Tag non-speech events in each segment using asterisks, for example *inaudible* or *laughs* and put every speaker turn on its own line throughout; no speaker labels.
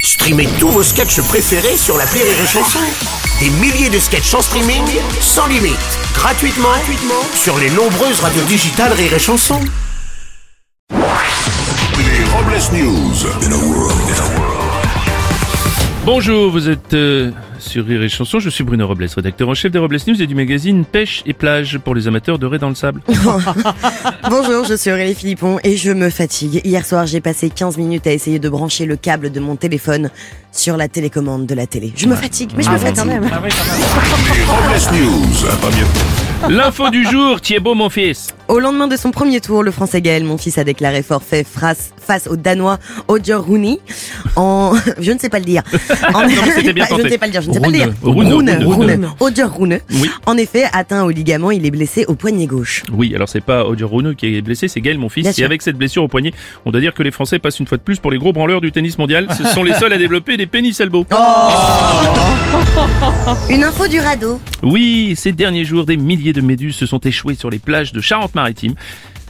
Streamez tous vos sketchs préférés sur la Rire et Chanson. Des milliers de sketchs en streaming, sans limite, gratuitement, gratuitement sur les nombreuses radios digitales Rire et Chanson.
Les Robles News. In a world.
Bonjour, vous êtes euh, sur Rire et Chanson, je suis Bruno Robles, rédacteur en chef des Robles News et du magazine Pêche et Plage pour les amateurs de raid dans le
*laughs*
sable.
Bonjour, je suis Aurélie Philippon et je me fatigue. Hier soir, j'ai passé 15 minutes à essayer de brancher le câble de mon téléphone sur la télécommande de la télé. Je me fatigue, mais je
Ah
me fatigue.
Les Robles News. Ah, pas mieux.
L'info du jour, Thiébaut mon fils.
Au lendemain de son premier tour, le Français Gaël Monfils a déclaré forfait face, face au Danois Roger Rooney en... *laughs* Je ne sais pas
*laughs*
le dire. En-
Non, mais c'était bien
*laughs* je ne
tenté.
sais pas le dire, je ne sais pas le dire.
Rooney, Rooney,
Rooney,
Rooney.
Rooney. Roger Rooney.
Oui.
En effet, atteint au ligament, il est blessé au poignet gauche.
Oui, alors c'est pas Odio Rouneux qui est blessé, c'est Gaël mon fils.
Bien
et
sûr.
avec cette blessure au poignet, on doit dire que les Français passent une fois de plus pour les gros branleurs du tennis mondial. Ce sont les seuls à développer des pénis elbows.
Oh. Une info du radeau.
Oui, ces derniers jours, des milliers de méduses se sont échouées sur les plages de Charente-Maritime.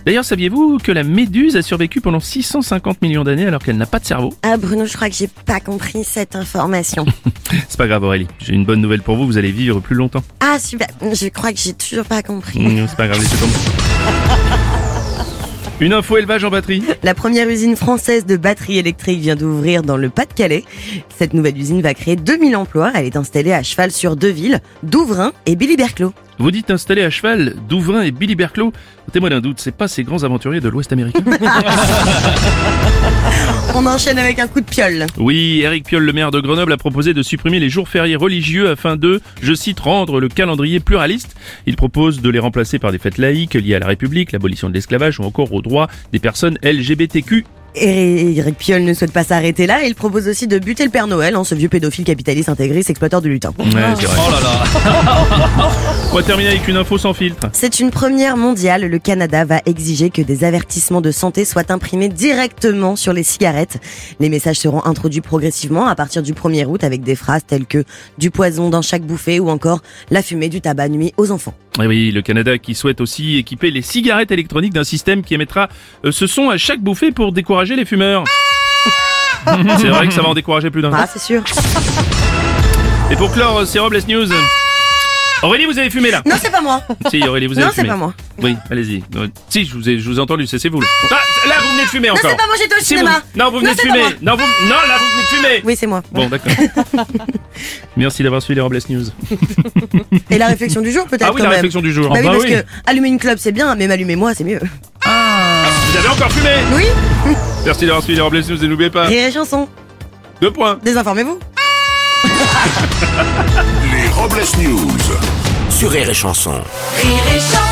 D'ailleurs, saviez-vous que la méduse a survécu pendant 650 millions d'années alors qu'elle n'a pas de cerveau
Ah Bruno, je crois que j'ai pas compris cette information.
C'est pas grave Aurélie, j'ai une bonne nouvelle pour vous, vous allez vivre plus longtemps.
Ah super, je crois que j'ai toujours pas compris.
Mmh, c'est pas grave, laissez tomber. Une info élevage en batterie.
La première usine française de batteries électriques vient d'ouvrir dans le Pas-de-Calais. Cette nouvelle usine va créer 2000 emplois. Elle est installée à cheval sur deux villes, Douvrin et Billy Berclos.
Vous dites installé à cheval, Douvrin et Billy Berclos. Témoin d'un doute, c'est pas ces grands aventuriers de l'Ouest américain
On enchaîne avec un coup de piole.
Oui, Eric Piolle, le maire de Grenoble, a proposé de supprimer les jours fériés religieux afin de, je cite, rendre le calendrier pluraliste. Il propose de les remplacer par des fêtes laïques liées à la République, l'abolition de l'esclavage ou encore aux droits des personnes LGBTQ.
Et Eric Piolle ne souhaite pas s'arrêter là. Il propose aussi de buter le Père Noël, hein, ce vieux pédophile capitaliste intégriste exploiteur de lutin.
Ouais, c'est vrai. Oh là là On va terminer avec une info sans filtre.
C'est une première mondiale. Le Canada va exiger que des avertissements de santé soient imprimés directement sur les cigarettes. Les messages seront introduits progressivement à partir du 1er août avec des phrases telles que du poison dans chaque bouffée ou encore la fumée du tabac nuit aux enfants.
Et Eh oui, le Canada qui souhaite aussi équiper les cigarettes électroniques d'un système qui émettra euh, ce son à chaque bouffée pour décourager les fumeurs. *laughs* c'est vrai que ça va en décourager plus d'un.
Ah, c'est sûr.
Et pour clore, euh, c'est Robles News. Aurélie, vous avez fumé là
Non, c'est pas moi.
Si, Aurélie, vous avez
Non,
fumé.
c'est pas moi.
Oui, allez-y. Euh, Si, je vous ai, je vous ai entendu, c'est c'est vous. Là. Ah, là, vous venez de fumer
Non,
encore.
c'est pas moi, j'étais au
Si vous-
cinéma.
Non, vous venez
Non,
de
c'est pas
fumer. Non, vous... non, là, vous venez de fumer.
Oui, c'est moi.
Bon, d'accord.
*laughs*
Merci d'avoir suivi les Robles News.
Et la réflexion du jour, peut-être
Ah oui,
quand
la
même.
réflexion du jour.
Bah oui,
Ah bah
parce
oui.
que allumer une clope, c'est bien, mais m'allumer moi, c'est mieux.
Vous avez encore fumé
Oui,
Merci d'avoir suivi les Robles News et n'oubliez pas,
rire et chanson.
deux points.
Désinformez-vous.
Les Robles News.
Sur Rire et Chanson.
Rire et chanson